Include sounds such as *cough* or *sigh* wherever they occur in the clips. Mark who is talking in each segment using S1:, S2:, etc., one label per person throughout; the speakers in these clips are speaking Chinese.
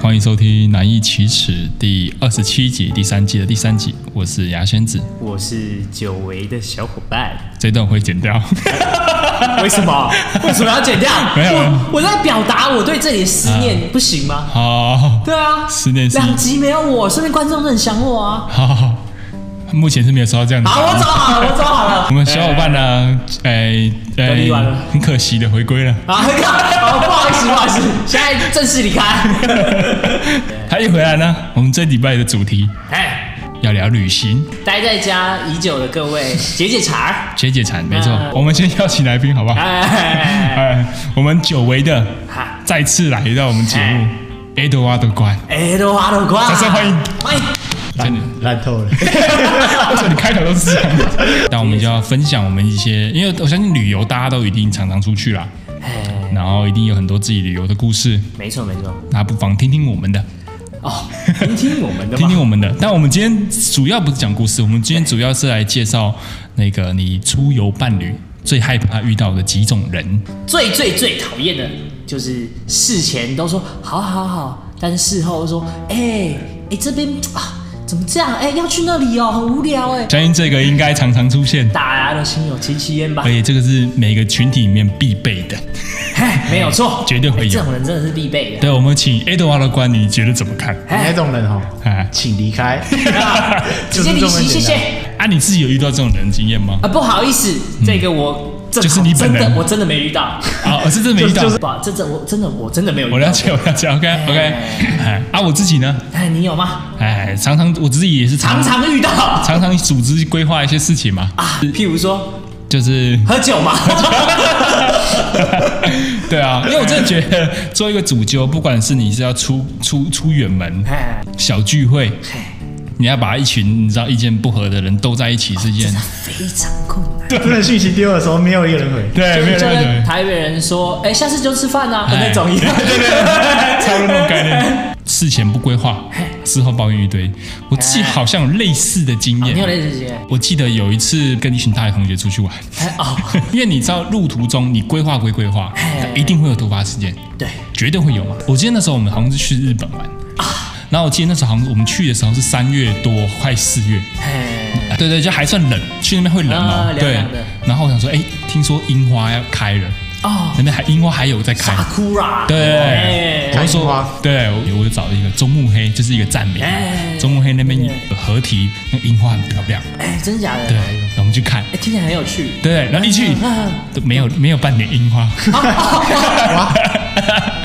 S1: 欢迎收听《难易启齿》第二十七集，第三季的第三集。我是牙仙子，
S2: 我是久违的小伙
S1: *laughs*
S2: 伴。
S1: 这段会剪掉。 *laughs*
S2: 为什么？为什么要剪掉？
S1: 没有啊
S2: 我我在表达我对这里的思念，不行吗？
S1: 好，
S2: 对啊，
S1: 思念是
S2: 两集没有我，说明观众都很想
S1: *laughs*
S2: 我啊。
S1: 好好，好目前是没有收到这样的。
S2: 好，我找好了，我找好了
S1: *laughs* 我。们小伙伴呢？哎
S2: 隔离完了
S1: 很可惜的回归
S2: *laughs*
S1: 了。
S2: 啊，很好，好，不好意思，不好意思，现在正式
S1: *laughs*
S2: 离开。
S1: 他一回来呢，我们这礼拜的主题
S2: 哎，
S1: 要聊旅行，
S2: 待在家已久的各
S1: *laughs*
S2: 位解解馋儿。
S1: 解解馋，没错
S2: 啊。
S1: 我们先邀请来宾，好不好？ *laughs*
S2: 哎，
S1: 哎，我们久违的
S2: 哈
S1: 再次来到我们节目
S2: 哎
S1: ，Edward 官，
S2: 哎，都花都瓜，
S1: 掌声欢迎
S2: 欢迎。
S1: 真的。
S3: 烂透了。
S1: 为什么你开头都是 *laughs* 这样子？那我们就要分享我们一些，因为我相信旅游大家都一定常常出去啦，
S2: 哎，
S1: 然后一定有很多自己旅游的故事，
S2: 没错没错。
S1: 那不妨听听我们的， *laughs*
S2: 哦，听听我们的
S1: 听
S2: 嘛
S1: 听。我们的。但我们今天主要不是讲故事，我们今天主要是来介绍那个你出游伴侣最害怕遇到的几种人。
S2: 最最最讨厌的就是事前都说好好好，但是事后说，哎、哎、这边啊怎么这样？哎、要去那里哦，很无聊哎、
S1: 相信这个应该常常出现，
S2: 大家都心有戚戚焉吧
S1: 而？且这个是每个群体里面必备的。
S2: 哎，没有错，
S1: *laughs* 绝对会有
S2: 哎这种人真的是必备的。
S1: 对，我们请 Edward 的官，你觉得怎么看？
S3: 你那种人哦，
S1: 哎，
S3: 请离开，
S2: *laughs* 直
S3: 就
S2: 接
S3: 是
S2: 离
S3: 这么
S2: 席，谢
S3: 简
S2: 谢
S3: 单。
S1: 啊，你自己有遇到这种人经验吗？
S2: 啊，不好意思，这个我这
S1: 嗯就是你本人
S2: 真的我真的没遇到，
S1: 啊，我是真的没遇到
S2: 不，这这我真的我真的没有遇到。
S1: 我了解，我了解，OK OK，哎啊，我自己呢，
S2: 哎，你有吗？
S1: 哎，常常我自己也是
S2: 常啊
S1: 常常
S2: 常遇到啊，
S1: 常常组织规划一些事情嘛，
S2: *laughs* 譬如说
S1: 就是， *laughs*
S2: 喝酒嘛。
S1: 对啊，因为我真的觉得做一个主揪，不管是你是要出出出远门
S2: *laughs* 哎
S1: 小聚会，
S2: 哎
S1: 你要把一群你知道意见不合的人都在一起是一件，
S2: 非常困难。
S3: 真的讯息丢的时候，没有一个人回。
S1: 对，没有
S2: 就跟
S1: 人
S2: 台北人说，哎，下次就吃饭啊
S1: 哎
S2: 那种一样。哎对
S1: *laughs*
S2: 对
S1: 差不多那种概念，事前不规划，
S2: 哎
S1: 事后抱怨一堆，我自己好像有类似的经
S2: 哦你有
S1: 验。
S2: 类似经验？
S1: 我记得有一次跟一群大学同学出去玩， *laughs*
S2: 哎哦，
S1: 因为你知道路途中你规划归规划，
S2: 哎
S1: 但一定会有突发事件，
S2: 对，
S1: 绝对会有嘛。我记得那时候我们好像是去日本玩，
S2: 啊
S1: 然后我记得那时候好像我们去的时候是三月多，快四月，
S2: 哎，
S1: 对对，就还算冷，去那边会冷哦
S2: 啊，凉
S1: 对
S2: 凉的。
S1: 然后我想说，哎，听说樱花要开了，
S2: 哦，
S1: 那边还樱花还有在开。
S2: 傻哭啦。
S1: 对，我
S2: 哎
S1: 就
S3: 开樱
S1: 说
S3: 花，
S1: 对，我我就找了一个中目黑，就是一个站名
S2: 哎，
S1: 中目黑那边有
S2: 对
S1: 河堤，那樱花很漂亮，
S2: 哎，真假的？
S1: 对，然后我们去看，
S2: 哎，听起来很有趣。
S1: 对，然后一去
S2: 嗯
S1: 都没有没有半点樱花， *laughs*
S2: 哇！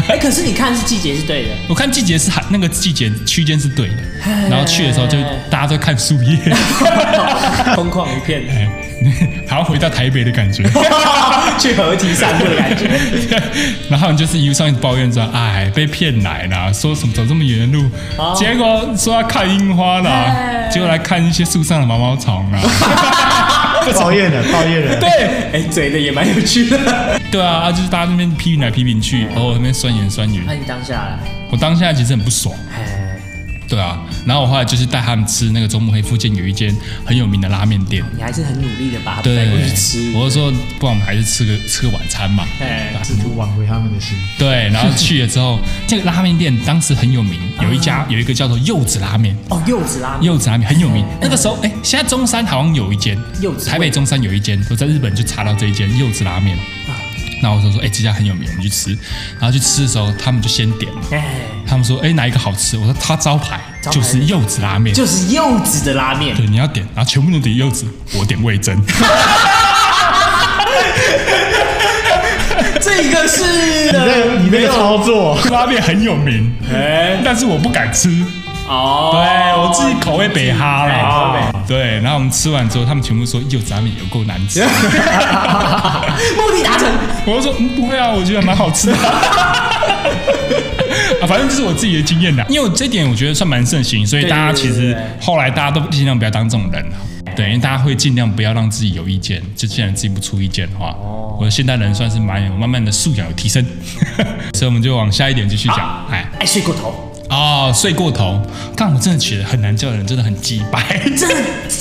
S2: 哎，可是你看是季节是对的， *laughs*
S1: 我看季节是还那个季节区间是对的，
S2: 哎
S1: 然后去的时候就大家都看树
S2: *laughs*
S1: 叶，
S2: 空旷一片， *laughs*
S1: 哎 *laughs* 好像回到台北的感觉。
S2: 去合体散步的感觉。
S1: 然后你就是一路上抱怨说，哎，被骗来啦，说什么走这么远的路，
S2: 哦
S1: 结果说要看樱花啦
S2: 哎，
S1: 结果来看一些树上的毛毛虫啊。
S3: 抱怨了，抱怨了。
S1: 对
S2: 哎，嘴的也蛮有趣的。
S1: 对啊，啊就是大家那边批评来批评去，然后那边酸言酸语
S2: 那，你当下来，
S1: 我当下其实很不爽。
S2: 哎，
S1: 对啊，然后我后来就是带他们吃那个中目黑附近有一间很有名的拉面店。
S2: 你还是很努力的把它
S1: 对
S2: 带过去吃。
S1: 我就说，不然我们还是吃个吃个晚餐嘛。
S2: 哎，
S3: 试图挽回他们的心。
S1: 对，然后去了之
S2: *laughs*
S1: 后，这个拉面店当时很有名，有一
S2: 啊
S1: 家有一个叫做柚子拉面，
S2: 哦，柚子拉面。
S1: 柚子拉面很有名。那个时候，哎，现在中山好像有一间
S2: 柚，子味
S1: 台北中山有一间，我在日本就查到这一间柚子拉面。然后我就说，哎，这家很有名，我们去吃。然后去吃的时候，他们就先点嘛，
S2: 哎。
S1: 他们说，哎，哪一个好吃？我说，它招牌
S2: 招牌
S1: 就是柚子拉面。
S2: 就是柚子的拉面，
S1: 对，你要点，然后全部人点柚子，我点味增。
S2: 这个是
S3: 你 *laughs* 那个你那个操作，
S1: 拉面很有名，
S2: 哎
S1: 但是我不敢吃，
S2: 哦，
S1: 对我自己口味北哈
S2: 哎
S1: 啦。对，然后我们吃完之后，他们全部说柚子拉面有够难吃。
S2: 目的达成，
S1: 我就说、嗯、不会啊，我觉得蛮好吃的。 *laughs* 啊，反正这是我自己的经验啦，因为我这点我觉得算蛮盛行，所以
S2: 对
S1: 大家
S2: 对
S1: 其
S2: 对
S1: 实
S2: 对
S1: 后来大家都尽量不要当这种人啊。对，因为大家会尽量不要让自己有意见，就既然自己不出意见的话，
S2: 哦
S1: 我现代人算是蛮有慢慢的素养有提升， *laughs* 所以我们就往下一点继续讲。哎，
S2: 哎，睡过头，
S1: 哦，睡过头，但我真的觉得很难叫人，真的很鸡掰。 *laughs*
S2: 真的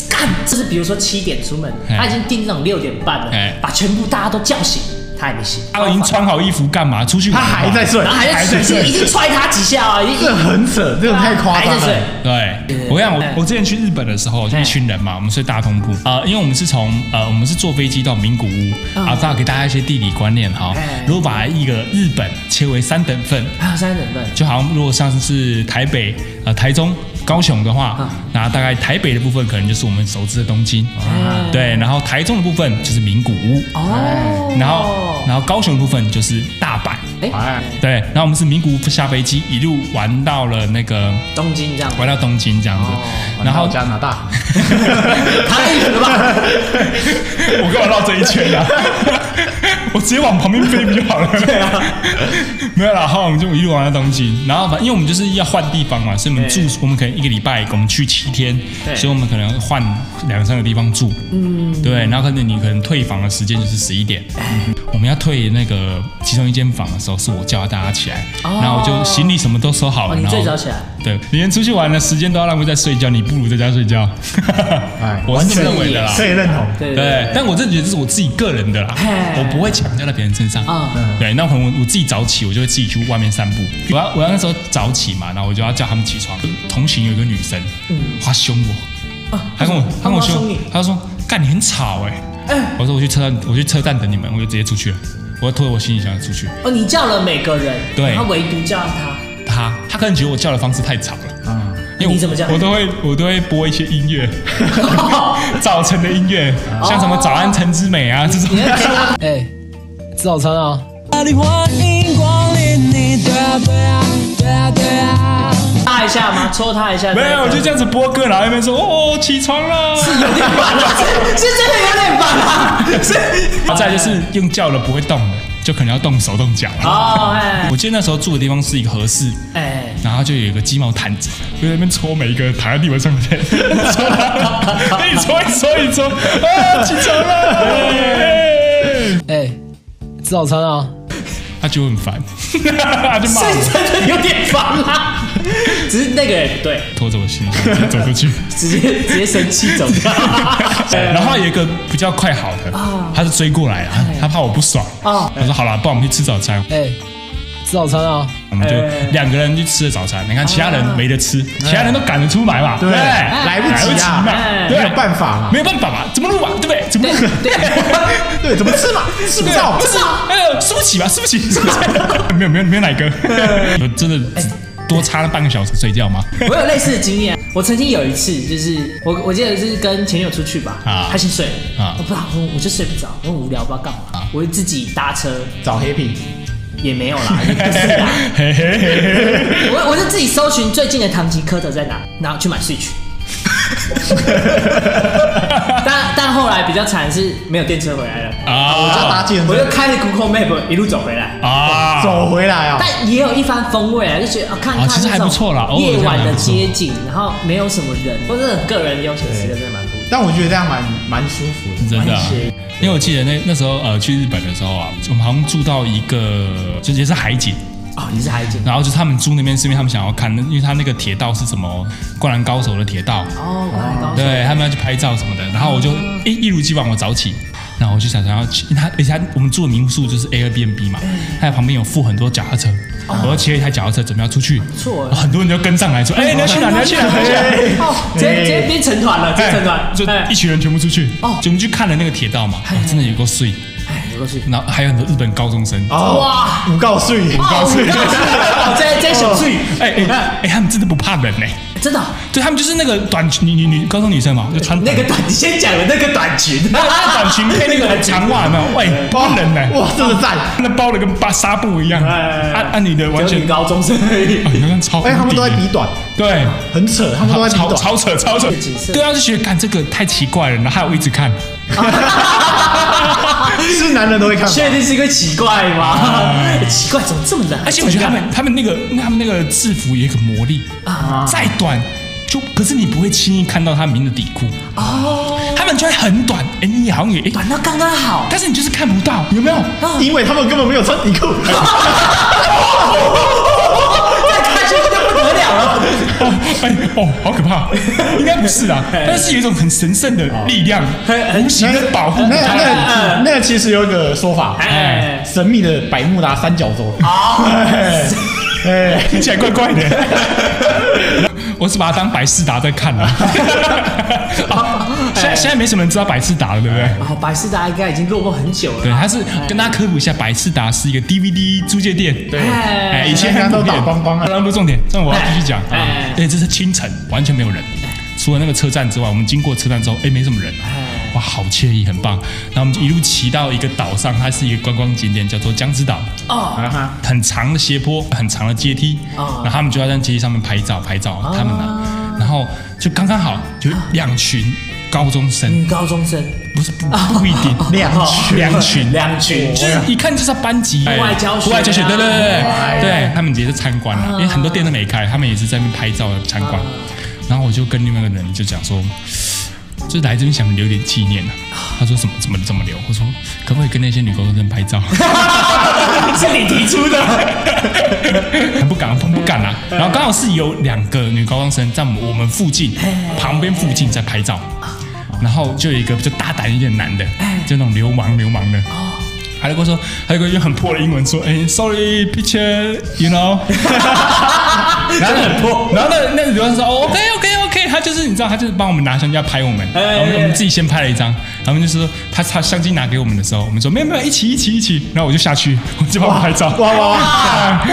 S2: 干，就是比如说七点出门，
S1: 哎
S2: 他已经定那种六点半
S1: 哎
S2: 了，把全部大家都叫醒，他还没醒，
S1: 他已经穿好衣服干嘛？出去
S3: 他
S1: 玩
S3: 还在睡，
S2: 然后还在
S3: 还
S2: 水
S3: 在
S2: 是已
S3: 睡，
S2: 经踹他几下啊，哎已经
S3: 这很扯，这种太夸
S2: 还
S3: 张
S2: 在睡
S3: 了。。
S1: 对
S2: 对对，
S1: 我跟你讲，我
S2: 对
S1: 我之前去日本的时候，就一群人嘛，我们睡大通铺啊、呃因为我们是从呃，我们是坐飞机到名古屋
S2: 嗯
S1: 啊，大家给大家一些地理观念哈
S2: 哎。
S1: 如果把一个日本切为三等份，
S2: 还有啊三等份，
S1: 就好像如果像是台北、呃台中、高雄的话
S2: 嗯，
S1: 那大概台北的部分可能就是我们熟知的东京，
S2: 嗯
S1: 对，然后台中的部分就是名古屋，
S2: 哦，
S1: 然后然后高雄的部分就是大阪。
S2: 哎
S3: 哎，
S1: 对，然后我们是名古屋下飞机，一路玩到了那个
S2: 东京这样，
S1: 玩到东京这样子，
S2: 哦
S1: 然后
S3: 加拿大，
S2: 太远了吧？
S1: *laughs* 我干嘛绕这一圈啊？ *laughs* 我直接往旁边飞不就好了？对啊， *laughs* 没有啦，后来我们就一路玩到东京，然后反因为我们就是要换地方嘛，所以我们住
S2: 对，
S1: 我们可能一个礼拜我们去七天
S2: 对，
S1: 所以我们可能换两三个地方住，嗯，对，然后可能你可能退房的时间就是十一点，
S2: 哎
S1: 我们要退那个其中一间房的时候，是我叫大家起来，
S2: 哦
S1: 然后我就行李什么都收好
S2: 哦，
S1: 了，
S2: 你
S1: 然后
S2: 最早起来，
S1: 对，你连出去玩的时间都要浪费在睡觉，你不如在家睡觉， *laughs*
S3: 哎，
S1: 我是这么认为的啦。
S3: 可以认同。
S2: 对
S1: 啊对，但我真的觉得这是我自己个人的啦
S2: 嘿，
S1: 我不会强加在别人身上。
S2: 啊，
S1: 对，那可能我我自己早起，我就会自己去外面散步。
S2: 嗯
S1: 我要我要那时候早起嘛，然后我就要叫他们起床。同行有一个女生，
S2: 嗯
S1: 她凶我，
S2: 啊
S1: 她跟我她跟我
S2: 她凶
S1: 凶
S2: 你，嗯
S1: 她说：“干你很吵哎。”我说：“我去车站，我去车站等你们。”我就直接出去了，我就拖着我行李箱出去。
S2: 哦，你叫了每个人，
S1: 对
S2: 他唯独叫了他，
S1: 她她可能觉得我叫的方式太吵了。
S3: 嗯，
S1: 因为我
S2: 啊你怎么叫
S1: 我都会我都会播一些音
S2: *laughs*
S1: 乐，早晨的音乐，像
S2: 哦
S1: 什么《早安陈之美》啊这种。
S4: *laughs* 哎，吃早餐啊！
S5: 欢迎光临，你对啊对啊对啊对啊。
S2: 搭一下吗？戳他一下？
S1: 没有，我就这样
S2: 样，
S1: 子播歌，然后那边说哦起床了。
S2: 有点烦了， *laughs* 是是真的有点烦啊，是
S1: 然后再来就是用叫了不会动的，就可能要动手动脚了。
S2: 哦，哎
S1: 我记得那时候住的地方是一个合适，
S2: 哎，
S1: 然后就有一个鸡毛掸子，就在那边搓每一个躺在地板上的人，搓他们，一搓一搓一搓，啊起床了。
S4: 哎，吃早餐啊！
S1: 他觉得很烦，他就骂我，
S2: 是真的有点烦啊啦，只是那个人不对，
S1: 拖着我行李箱直接走出去。
S2: 直接直接生气走 *laughs* 掉，
S1: 然后有一个比较快好的，他就追过来了，他怕我不爽，
S2: 哦
S1: 他说好了，不然我们去吃早餐，
S4: 哎，吃早餐啊！
S1: 我们就
S3: 哎
S1: 两个人去吃了早餐。你看其他人没得吃，其他人都赶得出来嘛，
S3: 啊哎对，
S1: 不对
S3: 来不
S1: 来不
S3: 及
S1: 及
S3: 啊，
S1: 嘛，
S3: 没
S1: 哎对
S3: 有，办法嘛
S1: 没，有办法嘛，怎么录啊，对不对？怎么录？
S3: 对，怎么吃 *laughs* 嘛，吃不
S1: 对
S3: 到
S1: 不，是，
S2: 啊
S1: 哎呦，输不起吧，输不起， *laughs* 输不起，没有没有没有哪个，我真
S3: 哎
S1: 的多差了半个小时睡觉吗？
S2: 我有类似的经验，我曾经有一次，就是我我记得是跟前女友出去吧，
S1: 啊
S2: 她先睡
S1: 啊
S2: 啊，我不知道，我我就睡不着，我很无聊，不知道干嘛，我就自己搭车
S3: 找黑皮，
S2: 也没有啦，
S1: *laughs*
S2: 也不是啦，
S1: 嘿嘿
S3: *laughs*
S1: 嘿嘿嘿
S2: 我我就自己搜寻最近的唐吉诃德在哪，然后去买 Switch。但但后来比较惨的是没有电车回来了，
S3: 我就搭
S1: 啊
S3: 计程
S2: 我就
S3: 车
S2: 开着 Google Map 一路走回来，
S1: 啊，
S3: 走回来啊，
S2: 但也有一番风味啊，就觉得啊看
S1: 啊
S2: 看
S1: 其实还
S2: 那种
S1: 不错啦偶尔
S2: 夜晚
S1: 看还
S2: 的
S1: 不错
S2: 街景，然后没有什么人，我真的个人悠闲时间真的蛮多。
S3: 但我觉得这样蛮蛮舒服的，
S1: 真的、啊
S3: 蛮惬意。
S1: 因为我记得那那时候呃去日本的时候啊，我们好像住到一个就也是海景，
S2: 哦，你是海景
S1: 然后就他们住那边是因为他们想要看，因为他那个铁道是什么《灌篮高手》的铁道，
S2: 哦，我来高雄
S1: 对他们要去拍照什么的。然后我就一一如既往我早起，然后我就想想要去，因为他而且他我们住的民宿就是 Airbnb 嘛，他旁边有附很多脚踏车，我要骑了一台脚踏车准备要出去，
S2: 错
S1: 很多人就跟上来说，哎你要去哪你要去哪你要去哪。
S2: 哦，直接直接变成团了，变成团，
S1: 就
S2: 哎
S1: 一群人全部出去，
S2: 哦
S1: 就我们去看了那个铁道嘛，哇真的有够碎。
S2: 哎，有个是
S1: 然后还有很多日本高中生，
S3: 哦，
S2: 哇，
S3: 五告哦诉你，
S2: 哦，我告
S3: *laughs*
S2: 诉 *laughs* 你这这小醉，
S1: 哎哎哎哎，他们真的不怕冷呢、
S2: 真的哦，
S1: 对他们就是那个短裙女女女高中女生嘛，就穿
S2: 那个 *laughs* 短，你先讲的那个短裙， *laughs*
S1: 那个那个短裙配那个长袜，有没有？喂，不冷呢、
S3: 哇，真的赞！
S1: 那包的跟纱纱布一样，
S2: 哎
S1: 按按你的完
S2: 有
S1: 全
S2: 女，高中生而已 *laughs*
S1: 哎，，好像超无敌
S3: 哎，
S1: 的，
S3: 他们都在比短，
S1: 对。
S3: 很扯，他们都在
S1: *laughs*
S3: 比
S1: 超
S3: 短，
S1: 超扯超扯
S2: 景色，
S1: 对啊，就觉得看这个太奇怪了，然后还有一直看，
S3: 是男人都会看吧，
S2: 确定是因为奇怪吗？奇怪，怎么这么冷？
S1: 而且我觉得他们他们那个他们那个制服有一个魔力，
S2: 啊，
S1: 再短就，可是你不会轻易看到他们的底裤哦，他们就会很短，哎、你好像也、哎
S2: 短到刚刚好，
S1: 但是你就是看不到，有没有？
S3: 因为他们根本没有穿底裤，
S2: 再看下去就不得了了。
S1: 哎哦，好可怕！应该不是啊，但是有一种很神圣的力量，无形的保护
S3: *laughs* 那
S1: 着他的体质。
S3: 那那其实有一个说法，
S2: 哎
S3: 神秘的百慕达三角洲。
S1: 啊
S2: 哦
S3: 哎哎，
S1: 听起来怪怪的。 *laughs* 我是把它当百事达在看 *laughs* 啊。哦现在现在没什么人知道百事达了，对不对？
S2: 然后哦百事达应该已经落寞很久了。
S1: 对，它是跟大家科普一下，百事达是一个 DVD 租借店。对哎，以前
S3: 现在
S1: 很
S3: 都
S1: 普遍
S3: 打
S1: *laughs*
S3: 光光了
S1: 当然不是重点，但我要继续讲
S2: 哎哎
S1: 啊
S2: 哎。
S1: 对，这是清晨，完全没有人，除了那个车站之外，我们经过车站之后，哎，没什么人。哇，好惬意，很棒。然后我们就一路骑到一个岛上，它是一个观光景点，叫做江之岛。啊
S2: 哦，
S1: 很长的斜坡，很长的阶梯，
S2: 哦
S1: 然后他们就要在阶梯上面拍照拍照，他们啊，然后就刚刚好有两群高中生，
S2: 嗯，高中生，
S1: 不是不不一定，
S3: 两群
S1: 两群
S2: 两群，
S1: 就是一看就是班级，
S2: 户外教
S1: 哎
S2: 学啊
S1: 户外教学，对对对
S2: 哎
S1: 对，对他们也是参观啊
S2: 嗯
S1: 了，因为很多店都没开，他们也是在那边拍照参观。然后我就跟另外一个人就讲说，就是来这边想留点纪念啊。他说什么怎么怎么留？我说可不可以跟那些女高中生拍照？
S2: 是你提出的，
S1: 很 *laughs* 不敢，很不敢啊。然后刚好是有两个女高中生在我们附近旁边附近在拍照，然后就有一个比较大胆一点的男的，就那种流氓流氓的。他就跟我说，他就跟我用很破的英文说：“哎、s o r r y picture，you know。”然后很破，然后那那个流氓说：“哦，OK OK OK。”他就是你知道，他就是帮我们拿相机要拍我们，
S2: 哎
S1: 然后我们我们自己先拍了一张，然后我们就是说他他相机拿给我们的时候，我们说没有没有，一起一起一起，然后我就下去，我就帮我拍照，
S3: 哇哇哇！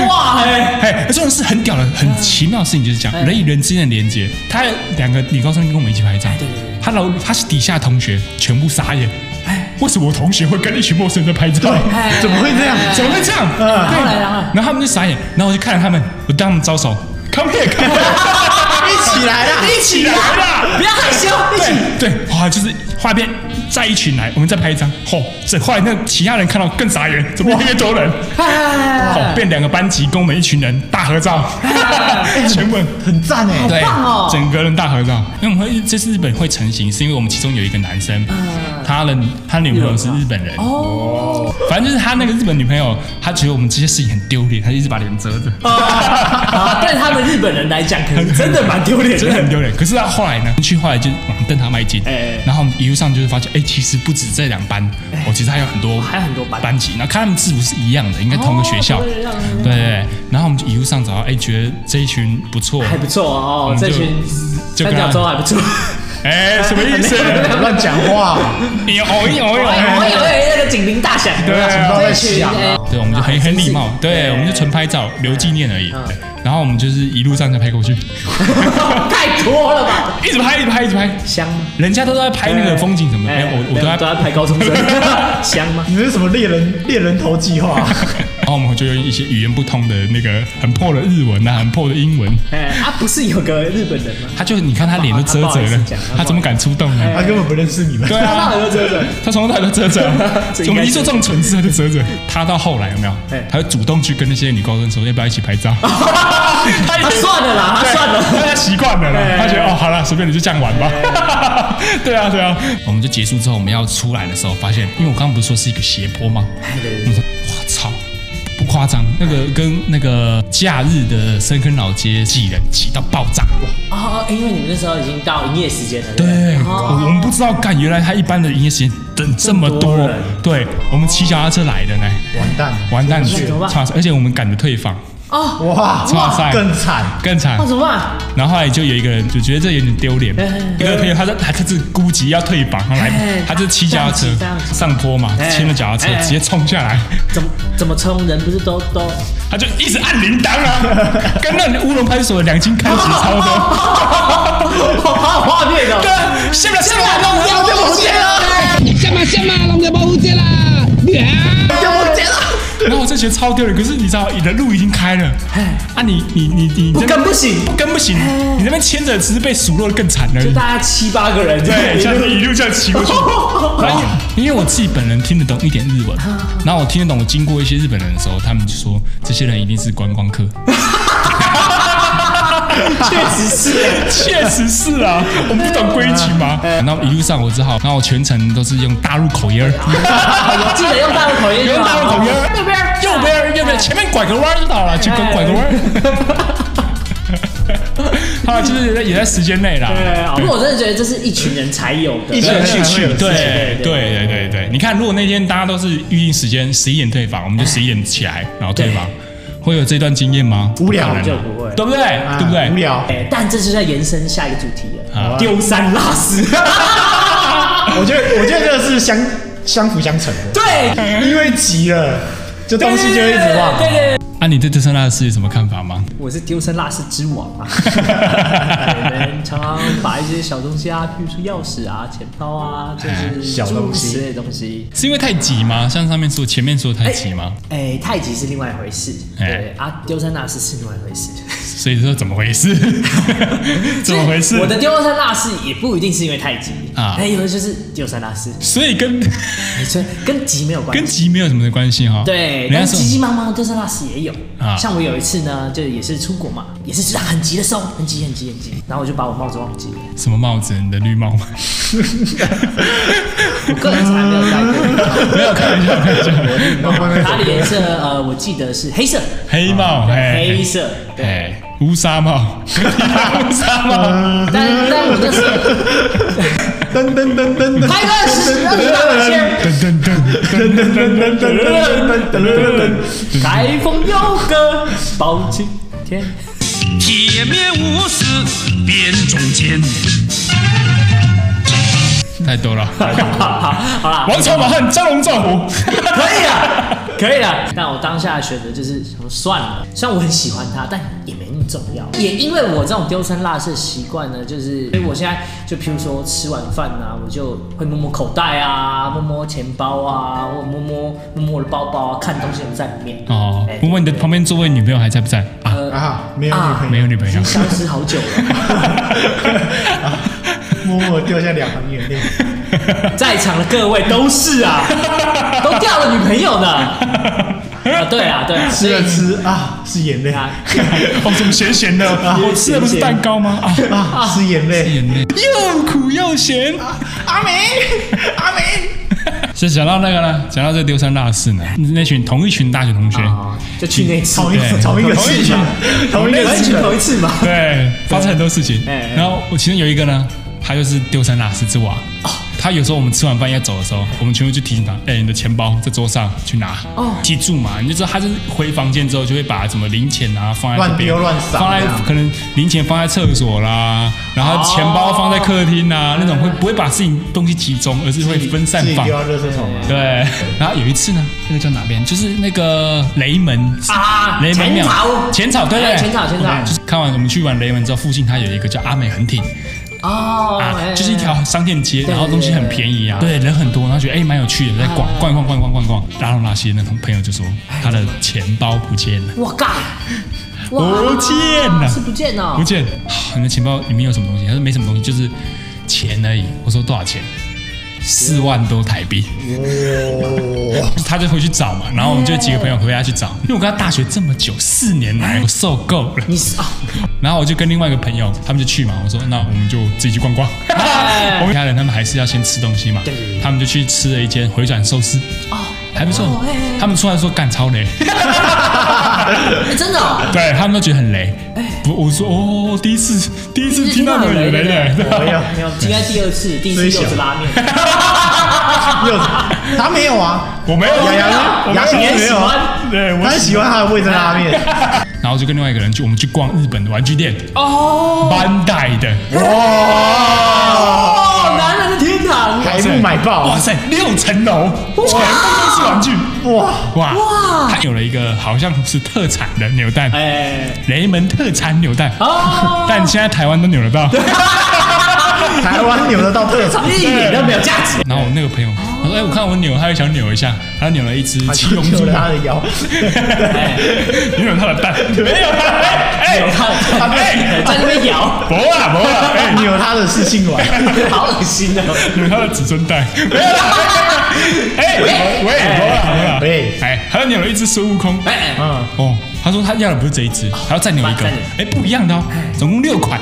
S2: 哇，哎，
S1: 哎，这种是很屌的、很奇妙的事情，就是讲人与人之间的连接。他两个女高中跟我们一起拍
S2: 哎
S1: 照，他老他是底下同学全部傻眼，哎，为什么我同学会跟一群陌生人在拍照？
S3: 对，怎么会这样？
S1: 怎么会这样？
S2: 哎后来然后
S1: 然后他们就傻眼，然后我就看着他们，我对他们招手，come here，come
S2: *laughs*
S1: here，
S3: 一起来啊啦！
S1: 哎一起来啊啦！
S2: 不要害羞，一起
S1: 对，哇，就是画面在一群来，我们再拍一张，吼、这后来那其他人看到更傻眼，怎么越来越多人？好、变两个班级跟我们一群人大合照，
S3: 哎
S1: 全部人
S3: 很赞
S1: *laughs*
S3: 哎！
S1: 对，
S2: 棒哦
S1: 整个人大合照。因为我们会这次日本会成型，是因为我们其中有一个男生，他的他女朋友是日本人哦，反正就是他那个日本女朋友，他觉得我们这些事情很丢脸，他就一直把脸遮着，
S2: 哦
S1: *laughs*
S2: 啊，对他们日本人来讲，可能真的蛮丢脸
S1: *laughs* 真的
S2: 的。
S1: 很丢脸。可是他后来呢，去后来就往灯塔迈进，
S2: 哎
S1: 然后我们一路上就是发现，哎，其实不止这两班，我其实还有很多，
S2: 还有很多班
S1: 班级，然后看他们制服是一样的，应该同个学校，
S2: 哦同个学校
S1: 对对对。然后我们就一路上找到，哎，觉得这一群不错，
S2: 还不错哦，
S1: 们就
S2: 这群
S1: 嗯就
S2: 三
S1: 跟他
S2: 角洲还
S1: *laughs*
S2: 不错。
S1: 哎，什么意思？
S3: 乱讲话，啊
S1: 你哦一哦一
S2: 我
S1: 哦
S2: 以
S1: 一。
S2: 为那个警铃大响，
S1: 对啊
S3: 都
S2: 这
S3: 在
S2: 群
S3: 想
S2: 哎
S3: 啊，
S1: 对，我们就很
S2: 啊
S1: 很礼
S2: 真
S1: 貌
S2: 是，
S1: 对，我们就纯拍照留纪念而已。
S2: 嗯
S1: 然后我们就是一路上就拍过去，
S2: 哎 *laughs* 太多了吧？
S1: 一直拍，一直拍，一直拍。
S2: 香吗？
S1: 人家都在拍那个风景什么的，没有
S2: 哎，
S1: 我我都
S2: 没有
S1: 在
S2: 都。在拍高中生，
S1: *laughs*
S2: 香吗？
S3: 你们是什么猎人猎人头计划？啊
S1: 然后我们就用一些语言不通的那个很破的日文啊，很破的英文。
S2: 哎，他不是有个日本人吗？
S1: 他就你看他脸都遮着
S2: 他不好意
S1: 了
S2: 思讲他不好意，思
S1: 他怎么敢出动呢？
S2: 哎
S3: 他根本不认识你们。
S1: 对
S2: *laughs*
S1: 啊，他从头到尾都遮着，
S2: 这
S1: 我
S2: 应该是
S1: 们一做这种蠢事他就遮着。他到后来有没有
S2: 哎？
S1: 他就主动去跟那些女高中生说要不要一起拍
S2: *laughs*
S1: 照？他
S2: 他啊算了哎啦，他
S1: 对
S2: 算了。
S1: 他习惯了啦，他觉得哦，好了，随便你就这样玩吧。
S2: 哎
S1: *laughs* 对啊，对啊，我们就结束之后，我们要出来的时候，发现，因为我刚刚不是说是一个斜坡吗？我们说，哇操！不夸张，那个跟那个假日的深坑老街挤人挤到爆炸，
S2: 哦，因为你们那时候已经到营业时间了，
S1: 对，
S2: 哦
S1: 我我们不知道，干原来他一般的营业时间等这么
S2: 这么多
S1: 多
S2: 人，
S1: 对我们骑脚踏车来的呢，
S3: 完蛋了，
S1: 完蛋了
S2: 怎么办，
S1: 差而且我们赶着退房，
S2: 哦，
S3: 哇
S1: 哇塞
S3: 更惨，
S1: 更惨
S2: 那，哦怎么办？
S1: 然后后来就有一个人就觉得这有点丢脸
S2: 哎，
S1: 一个朋友他在他他是估计要退房，他来
S2: 哎
S1: 他就骑脚踏车
S2: 这样子这样子
S1: 上坡嘛，
S2: 哎
S1: 牵着脚踏车
S2: 哎哎
S1: 直接冲下来，
S2: 怎么怎么冲？人不是都都
S1: 他就一直按铃铛
S2: *laughs*
S1: 啊，跟那乌龙派出所的两金看齐差不多。
S2: 好有画面的，
S1: 对，下不了下不了，龙江就不见了。
S5: 下马下马，龙家保护节啦！
S1: 然后我就觉得超丢人，可是你知道你的路已经开了，
S2: 哎
S1: 啊你你你你
S2: 不
S1: 这边
S2: 跟不行，
S1: 不跟不行，
S2: 哎
S1: 你那边牵着只是被数落的更惨而已。
S2: 大家七八个
S1: *laughs*
S2: 人，*laughs*
S1: 对，像一路这样骑过 *laughs* 去。然后因为因为我自己本人听得懂一点日文，然后我听得懂，我经过一些日本人的时候，他们就说这些人一定是观光 *laughs* 客。
S2: 确实是。
S1: 确实是啊，我们不懂规矩嘛。 *laughs* 然后一路上我只好，然后我全程都是用大陆口音儿，
S2: 我记得用大陆口音，
S1: 用大陆口音儿，
S2: 那边
S1: 右边哎 *laughs* 儿右边儿，前面拐个弯儿就到了，就拐拐个弯儿。后来就是也在也在时间内啦。
S2: 不过我真的觉得这是哦一群人才有的，
S3: 一群人才会
S1: 对
S3: 有的事情
S1: 对对对对，你看，如果那天大家都是预定时间十一点退房，我们就十一点起来，然后退房，会有这段经验吗？
S3: 无聊啊
S1: 可能啊
S2: 就不会
S1: 对不对？对不对？
S3: 无。聊，
S2: 哎，但这就在延伸下一个主题
S1: 好
S2: 了
S1: 啊，
S2: 丢三落 *laughs* 四。
S3: 我觉得我觉得这个是相相辅相成的，
S2: 对，
S3: 因为急了，就东西就会一直忘。
S2: 对对对，
S1: 啊，你对特斯拉的事有什么看法吗？
S2: 我是丢三落四之王 *laughs* 啊！我们常常把一些小东西啊，比如说钥匙啊、钱包啊，就是
S3: 小东
S2: 诸
S3: 西
S2: 如此类的东西，
S1: 是因为太急吗？像上面说前面说太急吗？
S2: 哎，太极是另外一回事，
S1: 哎
S2: 对啊，丢三落四是另外一回事。
S1: 所以说怎么回事？怎么回事？
S2: 我的丢三落四也不一定是因为太极
S1: 啊
S2: 啊，哎，有的就是丢三落四，
S1: 所以跟
S2: 所以跟急没有关
S1: 跟
S2: 系。
S1: 急没有什么的关系哈。
S2: 对，
S1: 人家
S2: 但
S1: 说
S2: 急急忙忙的丢三落四也有
S1: 啊
S2: 像我有一次呢，就也是出国嘛，也是很急的时候，很急很急很急，然后我就把我帽子忘记了，
S1: 什么帽子？你的绿帽吗？
S2: 我个人是还没有戴过，
S1: 没有开玩笑，开玩笑。
S2: 它的颜色呃，我记得是黑色，
S1: 黑帽，嘿
S2: 黑色，对，
S1: 哎，乌纱帽，乌纱帽，
S2: 但但我就是
S3: 噔噔噔噔噔，
S2: 拍个十二十八千，
S1: 噔噔噔，
S3: 噔噔噔噔噔噔噔噔，
S2: 台风有个包青天，
S6: 铁面无私辨忠奸。
S1: 太多了。
S2: 好啦，
S1: 王朝马汉，张龙赵虎，
S2: 可以
S1: 啊
S2: 了，可以了。那我当下的选择就是想说算了，虽然我很喜欢他，但也没那么重要。也因为我这种丢三落四的习惯呢，就是所以我现在就譬如说吃完饭啊，我就会摸摸口袋啊，摸摸钱包啊，或摸摸摸摸我的包包啊，看东西有没有在里面。
S1: 哦
S2: 哎，
S1: 问问你的旁边座位女朋友还在不在啊？
S3: 啊，没有女朋友，
S1: 没有女朋
S2: 已
S1: *laughs* 友
S2: 经，消失好久了。
S3: 默默掉下两行眼泪。
S2: 在场的各位都是啊，都掉了女朋友呢。啊，对啊，
S1: *laughs*
S2: 对啊，
S3: 吃
S2: 所以
S3: 了吃啊，是眼泪
S2: 啊，
S3: 啊
S1: 哦，怎么咸咸的？我吃的不是蛋糕吗？啊，
S3: 是眼泪。
S1: 眼泪又苦又咸。
S3: 阿梅，阿梅，
S1: 是讲到那个呢，讲到这丢三落四呢，那群同一群大学同学，
S2: 啊，就去那一次，
S3: 同一
S1: 对
S3: 同一个
S1: 同一
S3: 事
S1: 群
S3: 嘛，同一个
S2: 完
S3: 事
S2: 全
S3: 嘛
S2: 同一次嘛。
S1: *laughs* 对，发生很多事情。
S2: 哎
S3: 嗯
S2: 哎
S1: 然后我其中有一个呢，他就是丢三落四之王。
S3: 哦
S1: 他有时候我们吃完饭要走的时候，我们全部就提醒他：“哎、你的钱包在桌上，去拿。”
S2: 哦
S1: 记住嘛，你就知道他就是回房间之后就会把什么零钱啊放在
S3: 乱
S1: 这边
S3: 丢乱撒
S1: 放在
S3: 这样
S1: 可能零钱放在厕所啦，然后钱包放在客厅啊，那种会不会把事情东西集中，而是会分散
S3: 哦自己
S1: 放
S3: 丢。到热圾桶啊。
S1: 对，然后有一次呢，那个叫哪边？就是那个雷门
S2: 啊
S1: 雷门庙
S2: 浅草
S1: 浅草对对
S2: 哎
S1: 对，
S2: 浅草浅草
S1: 对就是看完我们去完雷门之后，附近它有一个叫阿美横町
S2: 哦哎
S1: 啊，就是一条商店街，
S2: 对
S1: 然后东西很便宜啊，对，人很多，然后觉得哎蛮有趣的，在逛逛一逛逛一逛逛一逛，拉拢那些那同朋友就说
S2: 哎
S1: 他的钱包不见了，
S2: 我尬，
S1: 不见了
S2: 是不见了，
S1: 不见了，啊你的钱包里面有什么东西？他说没什么东西，就是钱而已。我说多少钱？四万多台币。
S3: 哦，
S1: *laughs* 他就回去找嘛，然后我们就几个朋友回家去找，因为我跟他大学这么久，四年来我受够了，
S2: 你是啊，
S1: 然后我就跟另外一个朋友，他们就去嘛，我说那我们就自己去逛逛，
S2: 哎
S1: *laughs* 我们家人他们还是要先吃东西嘛，他们就去吃了一间回转寿司，还不错
S2: 哦哎哎，哎
S1: 他们出来说干超雷，
S2: 哎真的哦，
S1: 对他们都觉得很雷，不，我说哦，第一次第一次听到有雷的，
S3: 哎呀，
S2: 没有，今天第二次，第一次
S3: 虽小
S2: 又是拉面，
S3: 又他没有啊，
S1: *laughs* 我没有，
S3: 雅
S1: *laughs*
S3: 雅
S1: 我
S3: 呢？雅
S1: 没
S3: 雅
S1: 有
S3: 没有啊，
S1: 对，我
S3: 他喜欢他的味噌拉面。
S1: 然后就跟另外一个人去，我们去逛日本的玩具店，哦，班代的，
S3: 哇，
S2: 哦，男人的天堂，
S3: 台木买爆
S1: 哇塞，六层楼，全部都是玩具，
S3: 哇！
S1: 哇他有了一个好像是特产的扭蛋，
S2: 哎，
S1: 雷门特产扭蛋，
S2: 哦，
S1: 但现在台湾都扭得到。
S3: 台湾扭得到特产，
S2: 一点都没有价值，
S1: 然后我那个朋友，他说：“哎，我看我扭，他也想扭一下，他扭了一只七龙
S3: 扭
S1: 珠
S3: 了，他的腰，
S1: *laughs* 扭了他的蛋，没有，哎哎，
S2: 有看，
S1: 哎，
S2: 在那边摇，
S1: 不啊不啊，哎，
S3: 扭他的是性丸，
S2: 好恶心哦，
S1: 扭他的子孙蛋，没有啦，哎喂喂不啊不啊，
S3: 喂
S1: 哎，他又扭了一只孙悟空，
S2: 哎，
S3: 嗯，
S1: 哦，他说他要的不是这一只，还要再扭一个
S2: 哦再扭，
S1: 哎，不一样的哦，总共六款，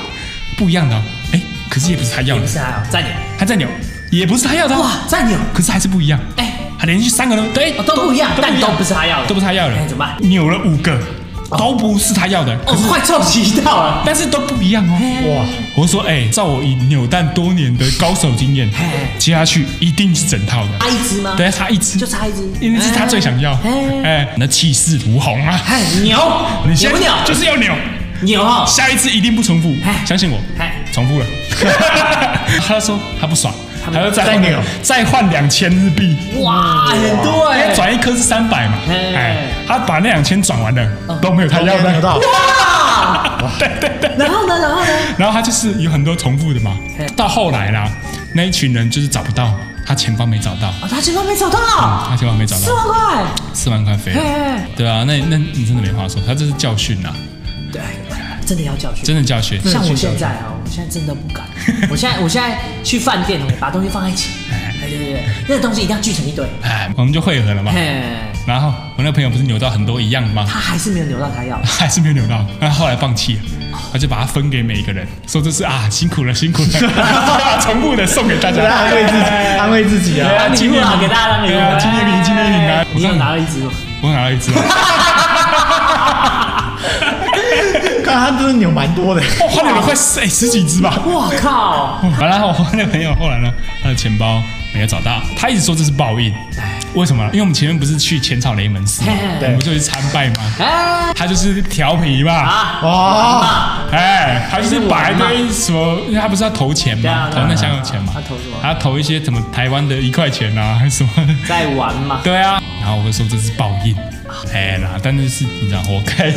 S1: 不一样的哦，哎，可是也不是他要的
S2: 不，是啊，再扭，
S1: 他再扭，也不是他要的哦，
S2: 哇，再扭，
S1: 可是还是不一样，
S2: 哎，
S1: 他连续三个都对
S2: 哦，都不一样，但都不是他要的，
S1: 都不是他要的
S2: 哎，怎么办？
S1: 扭了五个，都不是他要的，
S2: 哦，快凑齐到了，
S1: 但是都不一样哦。
S3: 哇，
S1: 我说，哎、照我以扭蛋多年的高手经验，接下去一定是整套的。
S2: 差一只吗？
S1: 对，，差一只，
S2: 哎就差一只，
S1: 因为是他最想要。
S2: 哎
S1: 哎，那气势如虹啊！
S2: 哎，牛，
S1: 你现
S2: 牛不
S1: 在
S2: 牛？
S1: 就是要扭，
S2: 牛哈，
S1: 下一次一定不重复
S2: 哎，
S1: 相信我
S2: 哎。
S1: 重复了， *laughs* 他说他不爽，
S2: 他不
S1: 他要再换
S3: 再扭
S1: 再换两千日币。
S2: 哇，很多
S1: 因
S2: 哎
S1: 为，转一颗是三百嘛，
S2: 哎
S1: 哎，他把那两千转完了，都没有他要
S3: 没
S1: 的。
S3: 有到，
S2: 然后呢，然后呢，
S1: 然后他就是有很多重复的嘛
S2: 哎。
S1: 到后来啦，那一群人就是找不到他钱包，没找到，
S2: 哦，他钱包没嗯找到，
S1: 他钱包没找
S2: 四
S1: 到，
S2: 万块，
S1: 四万块飞了。
S2: 哎，
S1: 对啊，那那你真的没话说，他这是教训啊，
S2: 对，真的要教训，
S1: 真的教训。
S2: 像我现在啊，我现在真的不敢。 *laughs* 我现在我现在去饭店，我把东西放在一起，哎，对对对，那个东西一定要聚成一堆。
S1: 哎，我们就汇合了嘛。
S2: 嘿，
S1: 然后我那个朋友不是扭到很多一样的吗？
S2: 他还是没有扭到他要。
S1: 还是没有扭到，那后来放弃了。他就把它分给每一个人，说这是啊辛苦了辛苦了，重复的送给大
S3: 大
S2: *laughs*
S1: 家
S3: 家安慰自己，安慰自己啊。
S1: 啊
S2: 礼
S1: 纪
S2: 物
S1: 念
S2: 啊，
S1: 品
S2: 给大家当礼物
S1: 对啊，
S2: 哎
S1: 纪念品纪念品啊，
S2: 你有拿
S1: 我
S2: 了一只吗？
S1: 我拿了一只，哦，
S3: 看他真的扭蛮多的，
S1: 他扭了快十哎十几只吧，
S2: 哇靠！
S1: *laughs* 完了，我那个朋友后来呢，他的钱包没有找到，他一直说这是报应，为什么呢？因为我们前面不是去浅草雷门寺吗，
S2: 嘿
S1: 我们不就去参拜吗？
S2: 哎
S1: 他就是调皮嘛，
S2: 啊，
S3: 哇，
S1: 哎，他就是把一堆什么，因为他不是要投钱
S2: 对
S1: 嘛
S2: 啊，
S1: 投
S2: 对啊
S1: 那香港钱嘛，
S2: 他投什么
S1: 他投一些什么台湾的一块钱啊， *laughs* 还是什么？
S2: 在玩嘛。
S1: 对啊，然后我就说这是报应，
S2: 啊
S1: 哎，那但是是你知道活该，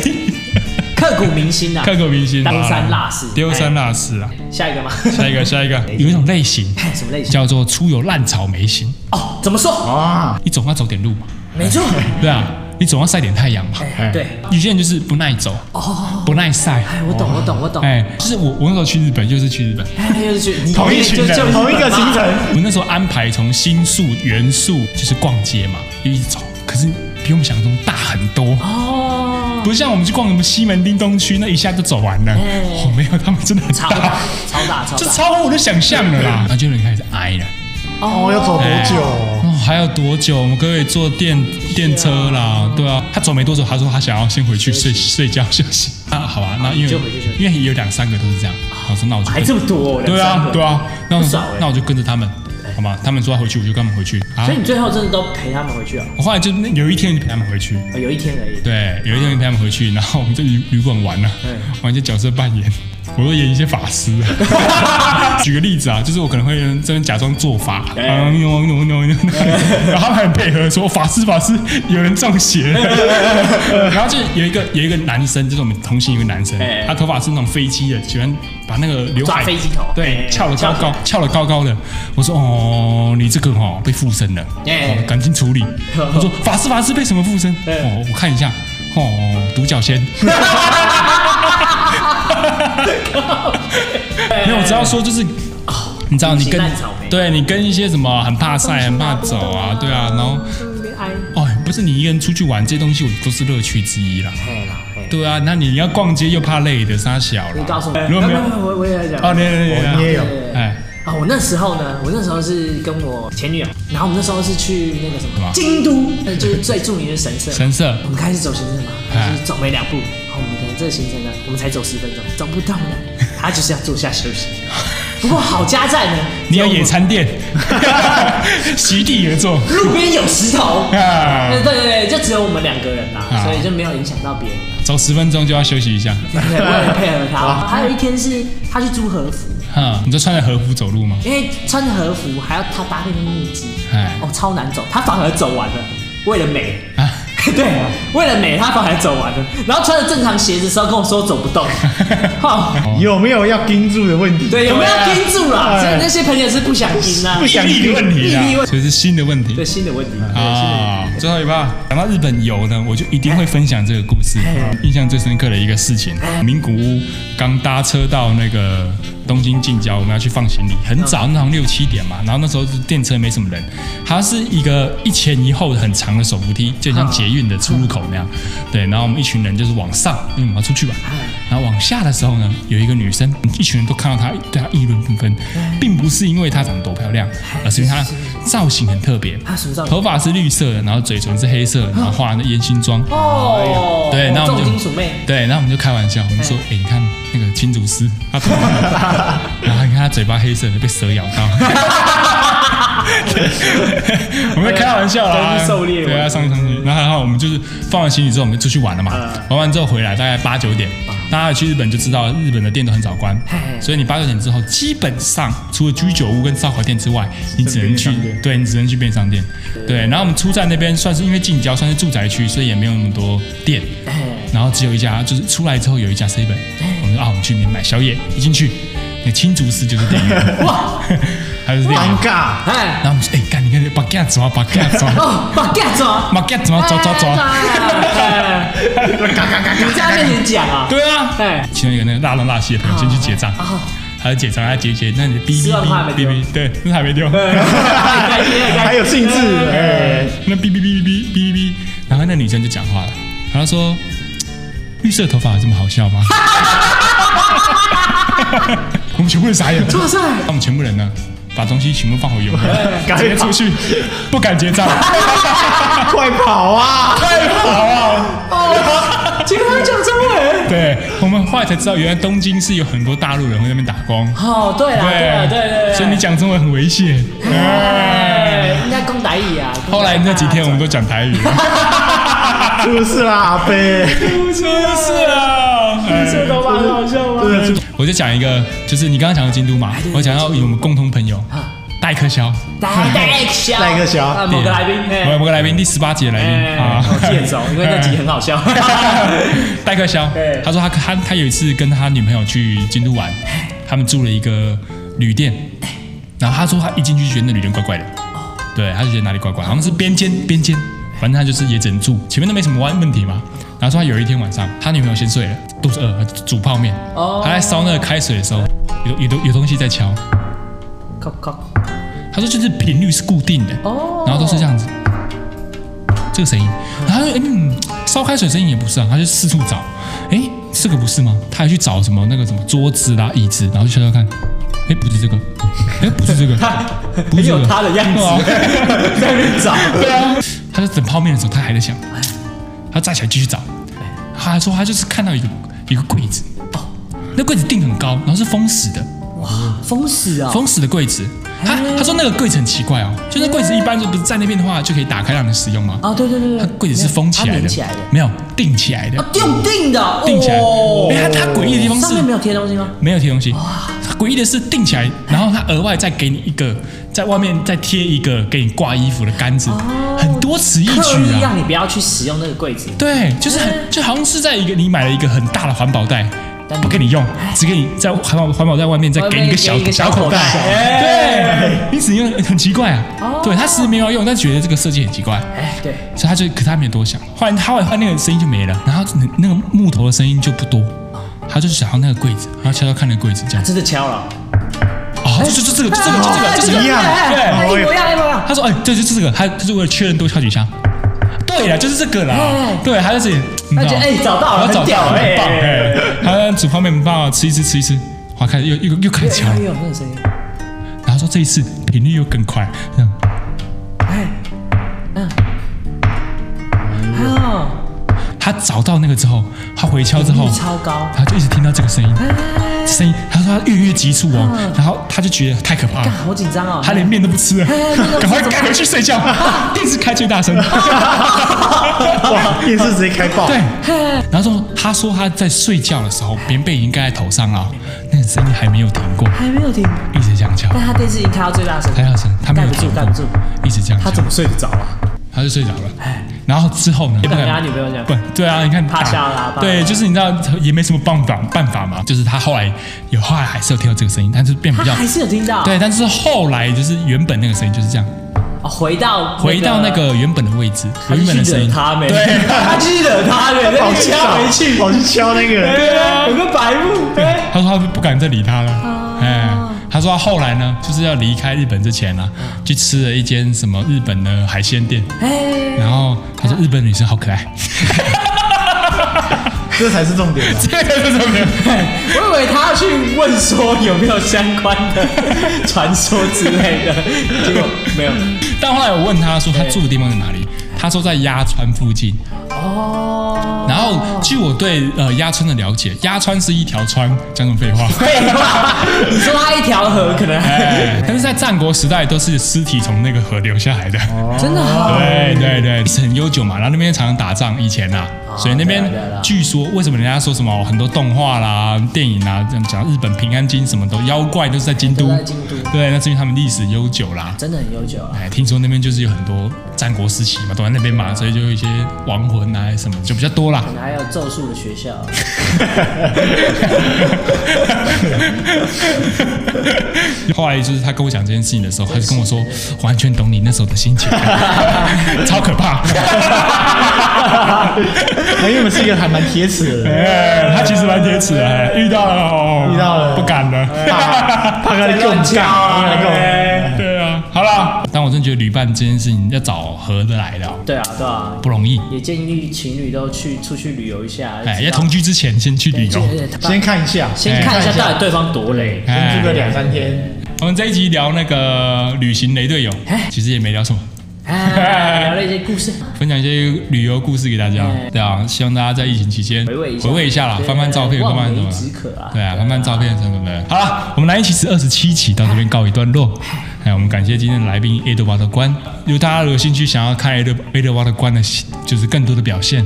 S2: 刻骨铭心啊！
S1: *laughs* 刻骨铭心，
S2: 丢三落四哎
S1: 丢三落四啊！
S2: 下一个 *laughs* 吗？
S1: 下一个，下一个，有一种类型
S2: 嘿什么类型？
S1: 叫做出游烂草莓型。
S2: 哦，怎么说？
S1: 你总要走点路嘛，
S2: 没错，
S1: 对啊，你总要晒点太阳嘛。
S2: 哎对。
S1: 有些人就是不耐走，不耐晒，
S2: 哎，我懂，我懂，我懂。
S1: 哎，就是我我那时候去日本就是去日本，
S2: 哎，又是去你
S1: 同一群
S2: 就
S1: 人
S2: 就
S3: 同一个行程，
S1: 我那时候安排从新宿、原宿就是逛街嘛，就一直走，可是比我们想象中大很多。
S2: 哦，哎
S1: 不像我们去逛什么西门町东区，那一下就走完了。哦，没有，他们真的很
S2: 超
S1: 大
S2: 大，，超大，超
S1: 这
S2: 大。
S1: 超乎我的想象了啦。然后就有人开始哀了。
S3: 哦，要走多久？
S1: 哦，还有多久？我们可不可以坐电电车啦？
S2: 哦
S1: 对啊，他走没多久，他说他想要先回去睡睡觉休息。啊，好啊，那因
S2: 你
S1: 为
S2: 就回去休息
S1: 因为有两三个都是这样，我说那我就
S2: 还
S1: 跟
S2: 这么多哦，
S1: 对
S2: 两三
S1: 啊
S2: 个
S1: 对啊，那我
S2: 不
S1: 说
S2: 少欸
S1: 那我就跟着他们，好吗？他们说要回去，我就跟他们回去啊
S2: 所以。你最后真的都陪他们回去啊？
S1: 我后来就那有一天就陪他们回去，
S2: 哦有一天而已。
S1: 对，有一天陪他们回去，然后我们在旅旅馆玩了、啊玩一些角色扮演，我都演一些法师。
S2: *laughs*
S1: 举个例子啊，就是我可能会这边假装做法，啊，no no no no，然后他们很配合说法师法师，有人中
S2: *laughs*
S1: 邪了。然后就有一个有一个男生，就是我们同行有一个男生，他头发是那种飞机的，喜欢把那个刘海
S2: 抓飞机头
S1: 对
S2: 哎，
S1: 翘的高高，翘的高高的。我说哦，你这个哦被附身了，
S2: 哎
S1: 哦赶紧处
S2: *laughs*
S1: 理。我说法师法师被什么附身？哦，我看一下，哦，独角
S2: *laughs*
S1: 仙。没有，我只要说就是，你知道你跟
S2: 烂草莓
S1: 对你跟一些什么很怕
S2: *laughs*
S1: 晒、很怕走啊，对啊，然后哦，不是你一个人出去玩这些东西，我都是乐趣之一啦。
S2: 嘿啦嘿
S1: 对啊，那你要逛街又怕累的，傻小了。
S2: 你告诉我，
S1: 如果
S2: *laughs*
S1: 没有
S2: 没有，我我也来讲。
S1: 哦，你你
S3: 你也有
S2: 对对对
S1: 哎，
S2: 啊，我那时候呢，我那时候是跟我前女友，然后我们那时候是去那个什
S1: 什么
S2: 么京都，呃，就是最著名的神社。
S1: 神社
S2: 我们开始走行程嘛，
S1: 哎
S2: 就是走没两步，然后我们可能这个行程呢，我们才走十分钟，走不到呢，他就是要坐下休息。不过好家在呢，
S1: 你有野餐
S2: *laughs*
S1: 垫， *laughs* 席地而坐
S2: 路边有石头。
S1: 啊，
S2: *laughs* 对对对，就只有我们两个人啦，所以就没有影响到
S1: *laughs*
S2: 别人。
S1: 走十分钟就要休息一下。
S2: 对，我也配合他。还有一天是他去租和服，
S1: 哈，你就穿着和服走路吗？
S2: 因为穿着和服还要他搭配那个木屐
S1: 哎，
S2: 哦，超难走。他反而走完了，为了
S1: *laughs*
S2: 美。
S1: 啊，
S2: 对，为了美，他反而走完了。然后穿着正常鞋子的时候跟我说走不
S1: *laughs*
S2: 动，哦，
S3: 有没有要盯住的问题？
S2: 对，有没有
S3: 啊
S2: 盯住啦？
S3: 哎
S2: 所以那些朋友是不想听啊
S3: 不，想
S1: 毅力问题啊
S2: 毅力
S1: 啦，*laughs*
S2: 问
S1: 所以是新的问题
S2: 对。新的问题，对新的
S1: 啊，最后一趴讲到日本游呢，我就一定会分享这个故事，印象最深刻的一个事情。名古屋刚搭车到那个东京近郊，我们要去放行李，很早，那好像六七点嘛。然后那时候是电车没什么人，它是一个一前一后很长的手扶梯，就很像捷运的出入口那样。对，然后我们一群人就是往上，因为我们要出去吧。然后往下的时候呢，有一个女生，一群人都看到她，对她议论纷纷，并不是因为她长得多漂亮，而是因为她造型很特别。
S2: 啊她什么造型
S1: 头发是绿色的，然后嘴唇是黑色的，然后画那烟熏妆。
S2: 哦，
S1: 对，那我
S2: 重
S1: 们
S2: 金
S1: 就
S2: 属妹，
S1: 对，那我们就开玩笑，我们说，哎、你看那个青竹丝，他头发
S2: *laughs*
S1: 然后你看他嘴巴黑色的，被蛇咬到。 *laughs* 对我们在开玩笑啦
S2: 真是，狩猎
S1: 对啊，上去上去。然后然后我们就是放完行李之后，我们就出去玩了嘛。
S2: 嗯
S1: 玩完之后回来大概八九点，大家去日本就知道，日本的店都很早关
S2: 嘿，嘿
S1: 所以你八九点之后，基本上除了居酒屋跟烧烤店之外，你只能去
S3: 便利商店，
S1: 对你只能去便利商店。对，然后我们出站那边算是因为近郊，算是住宅区，所以也没有那么多店。
S2: 哎，
S1: 然后只有一家，就是出来之后有一家 seven，我们说啊，我们去里面买宵夜，一进去，那青竹丝就是店
S2: *laughs*
S1: 员，哇， *laughs* 还是店员
S3: 尴，尬，
S2: 哦哎，
S1: 然后我们说，哎、干，你看把架抓，把架抓，
S2: 哦，把
S1: *laughs*
S2: 架抓，
S1: 把架抓抓抓抓，
S2: 哎
S3: 嘎嘎嘎
S2: 你在他面前讲啊，
S1: 对啊，
S2: 哎，
S1: *laughs* 其中一个那个辣东辣西的朋友先去结
S2: 哦
S1: 账，他就结账，他结一结，那你哔
S2: 十
S1: 哔
S2: 万啊块还没
S1: 哔哔
S2: 丢
S1: 哔，对，那还没丢，
S2: 该接该接
S3: 还有兴致，哎，
S1: 那哔哔哔哔哔哔哔，然后那女生就讲话了，然后说，绿色头发有这么好笑吗？
S2: *laughs*
S1: 我们全部人傻眼了。
S2: 哇塞，
S1: 那我们全部人呢，把东西全部放回原位，
S2: 哎
S1: 赶紧出去，不敢结账，
S3: 快跑啊！
S1: 太好啊！
S2: 结果他讲中文，
S1: 对我们后来才知道，原来东京是有很多大陆人会在那边打工，
S2: 哦，对啦，对啦，对对对，
S1: 所以你讲中文很危险。
S2: 哎，应该公台语啊，
S1: 后来那几天我们都讲台语，
S2: *laughs*
S3: 出事啦，啊阿飞，
S1: 真是啊！哎
S2: 头发很好笑吗？
S3: 真的出
S1: 我就讲一个，就是你刚刚讲到京都
S2: 哎
S1: 嘛，我讲到我们共同朋友
S2: 啊
S1: 戴克
S2: 哦
S1: 霄，
S2: 来，带个笑，
S3: 带个小
S2: 啊，某个来宾，
S1: 某
S2: 哎，
S1: 某个来宾第十八集的来宾啊
S2: 哎，，我记得走，因为那
S1: *laughs*
S2: 集很好笑。
S1: 戴克肖
S2: 对，
S1: 他说他他他有一次跟他女朋友去京都玩，
S2: 哎
S1: 他们住了一个旅店，然后他说他一进去觉得那旅店怪怪的，
S2: 哦
S1: 对，他就觉得哪里怪怪，好像是边间边间，反正他就是也只能住，前面都没什么问问题嘛。然后说他有一天晚上，他女朋友先睡了，肚子饿，他煮泡面，
S2: 哦
S1: 他在烧那个开水的时候，有有有有东西在敲，
S2: 靠靠，
S1: 他说就是频率是固定的，
S2: 哦
S1: 然后都是这样子，这个声音，然后他就嗯，烧开水声音也不是啊，他就四处找，诶，这个不是吗？他还去找什么那个什么桌子啦、椅子，然后去敲敲看，诶，不是这个，诶，不是这
S2: *laughs*
S1: 个，不是
S2: 很
S1: 这
S2: 有
S1: 个，
S2: 他的样子， *laughs* 在那边找，
S1: 对啊，他在等泡面的时候，他还在想，他站起来继续找，他还说他就是看到一个一个柜子，哦，那柜子定很高，然后是封死的，
S2: 哦封死啊，
S1: 封死的柜子。他他说那个柜子很奇怪哦，就那柜子一般就不是在那边的话就可以打开让人使用吗？
S2: 啊，对对对啊
S1: 它
S2: 对，
S1: 柜子是封起来
S2: 它
S1: 的，
S2: 粘起来的，
S1: 没有定起来的
S2: 啊，，定定的，
S1: 定起来。
S2: 哦
S1: 哎，它它诡异的地方
S2: 上
S1: 是
S2: 面没有贴东西吗？
S1: 没有贴东西，它诡异的是定起来，然后它额外再给你一个，在外面再贴一个给你挂衣服的杆子，很多此一
S2: 哦刻
S1: 举
S2: 意
S1: 啊
S2: 让。你不要去使用那个柜子，
S1: 对，就是很就好像是在一个你买了一个很大的环保袋
S2: 但。你哎
S1: 不给你用，只给你在环保环保袋外面再给你一个小
S2: 外面给你一个小
S1: 口
S2: 口袋哎哦
S1: 对你只用很奇怪啊，对，他其实没有要用，但觉得这个设计很奇怪，
S2: 哎，对，
S1: 所以他就可他没有多想，后来他后来他那个声音就没了，然后那那个木头的声音就不多，他就是想要那个柜子，然后悄悄看那个柜子这样，
S2: 真的敲了，啊
S1: 哦，就就这个就这个就这个就这
S3: 一
S1: 个，
S3: 样
S2: 哎一模一样，一模一样，
S1: 他说哎，对，就这个，他就是为了确认多敲几下，对了，就是这个啦，对，他就是你
S2: 哎
S1: 知
S2: 他觉
S1: 道
S2: 得哎找到
S1: 然
S2: 了，
S1: 后
S2: 很
S1: 找
S2: 屌
S1: 到
S2: 哎
S1: 很，棒，哎，他煮泡面很棒，吃一吃吃一吃，哇，开始又又又开始敲了
S2: 哎，有那个声音，
S1: 然后说这一次频率又更快，这样，
S2: 哎，嗯，哦，
S1: 哎他找到那个之后，他回敲之后
S2: 力，超高，哎
S1: 他就一直听到这个声音，这声音，他说他越越急促哦，然后他就觉得太可怕
S2: 嗯干
S1: 了。
S2: 好紧张哦，
S1: 他连面都不吃 *laughs* 了
S2: 哎那，个
S1: 赶快盖回去睡觉，
S2: *laughs*
S1: 电视开最大声。
S3: 哇，电视直接开爆，
S1: 对，
S2: 哎
S1: 然后说他说他在睡觉的时候，棉被已经盖在头上了，那个声音还没有停过，
S2: 还没有停，
S1: 一直这样敲，
S2: 但他电视已经开到最大声，
S1: 太大声，他没
S2: 哎
S1: 有
S2: 盖不住
S1: 停，过
S2: 盖不住，，
S1: 一直这样敲，
S3: 他怎么睡得着啊？
S1: 他就睡着了。然后之后呢？也
S2: 哎不敢跟他女朋友讲
S1: 不，对啊，你看
S2: 怕吓啦
S1: 打
S2: 怕
S1: 对，就是你知道也没什么办法办法嘛。就是他后来有后来还是有听到这个声音，但是变比
S2: 他
S1: 较
S2: 还是有听到，
S1: 对，但是后来就是原本那个声音就是这样，
S2: 啊回到
S1: 回到那个原本的位置，
S2: 他
S1: 原
S2: 去
S1: 本的声
S2: 惹
S1: 音。
S2: 他没？
S1: 对，
S2: 他去惹
S1: *laughs*
S2: 他的，
S3: 跑
S2: 那
S3: 去
S2: 去
S3: 找
S2: 他回去，
S3: 跑去敲那个
S2: *laughs*
S3: 人，
S2: 对啊，有个白目，哎对。
S1: 他说他不敢再理他
S2: 哦
S1: 了。哎，他说他后来呢，就是要离开日本之前呢、
S2: 嗯
S1: 啊，去吃了一间什么日本的海鲜店，
S2: 哎
S1: 然后他说日本女生好可
S2: *laughs*
S1: 爱， *laughs*
S3: 这才是重点吧。
S1: 这个是什么？
S2: 我以为他要去问说有没有相关的传说之
S1: *laughs*
S2: 类的，结果没有。
S1: 但后来我问他说他住的地方在哪里，他说在鸭川附近。哦。然后据我对呃鸭川的了解，鸭川是一条川，讲什么
S2: *laughs*
S1: 废话？
S2: 废话，你说他一条河可能还
S1: 哎，但是在战国时代都是尸体从那个河流下来的。
S2: 真的啊好
S1: 对对对，是很悠久嘛。然后那边常常打仗，以前啊，所以那边
S2: 对啊对啊
S1: 据说为什么人家说什么很多动画啦、电影啊，这样讲日本平安京什么都妖怪都是在京都，
S2: 都在京都
S1: 对，那是因为他们历史悠久啦。
S2: 真的很悠久啊。
S1: 哎，听说那边就是有很多战国时期嘛，都在那边
S3: 啊
S1: 嘛，所以就有一些亡魂啊什么就比较多
S3: *laughs*
S1: 啦
S2: 可。能还有咒术的学校，
S1: 后来就是他跟我讲这件事情的时候，他就跟我说，完全懂你那时候的心
S3: *laughs*
S1: 情，超可怕。 *laughs*
S3: 因为我们是一个还蛮铁齿的人，
S1: 哎，他其实蛮铁齿的，哎遇到了哦，
S3: 遇到了
S1: 不敢了。
S3: 怕
S1: *laughs*
S3: 怕跟你
S2: 乱
S3: 更
S2: 敲啊
S3: 尬，
S1: 哎对啊，好啦，但我真觉得旅伴这件事情要找合得来的哦
S2: 对啊，对啊，
S1: 不容易。
S2: 也建议情侣都去出去旅游一下，
S1: 哎，
S2: 知
S1: 要
S2: 道
S1: 同居之前先去旅游。
S2: 对对对
S3: 先看一下，
S2: 先看一下到底对方多累，
S3: 先
S1: 哎
S3: 住个两三天，
S1: 我们这一集聊那个旅行雷队友，其实也没聊什么，
S2: 哎，聊了一些故事，
S1: 分享一些旅游故事给大家。对啊，希望大家在疫情期间
S2: 哎回味一下，
S1: 回味一下啦，
S2: 对
S1: 翻翻照片，翻
S2: 望
S1: 翻什
S2: 梅
S1: 么
S2: 止
S1: 的。
S2: 渴啊，
S1: 对啊，翻翻照片什么的。好了，我们来一期是二十七期，到这边告一段落。哎，我们感谢今天的来宾 A 的瓦特官。如果大家有兴趣想要看 A 的 A 的瓦特官的，就是更多的表现，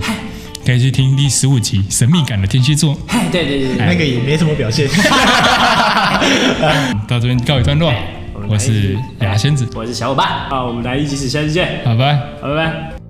S1: 可以去听第十五集《神秘感的天蝎座》。
S2: 哎，对对对对，
S3: 那个也没什么表现。
S1: 到这边告一段哎落，我是牙仙子，
S2: 哎我是小伙伴，啊，我们来一起死下次见，
S1: 拜拜。
S2: 拜拜。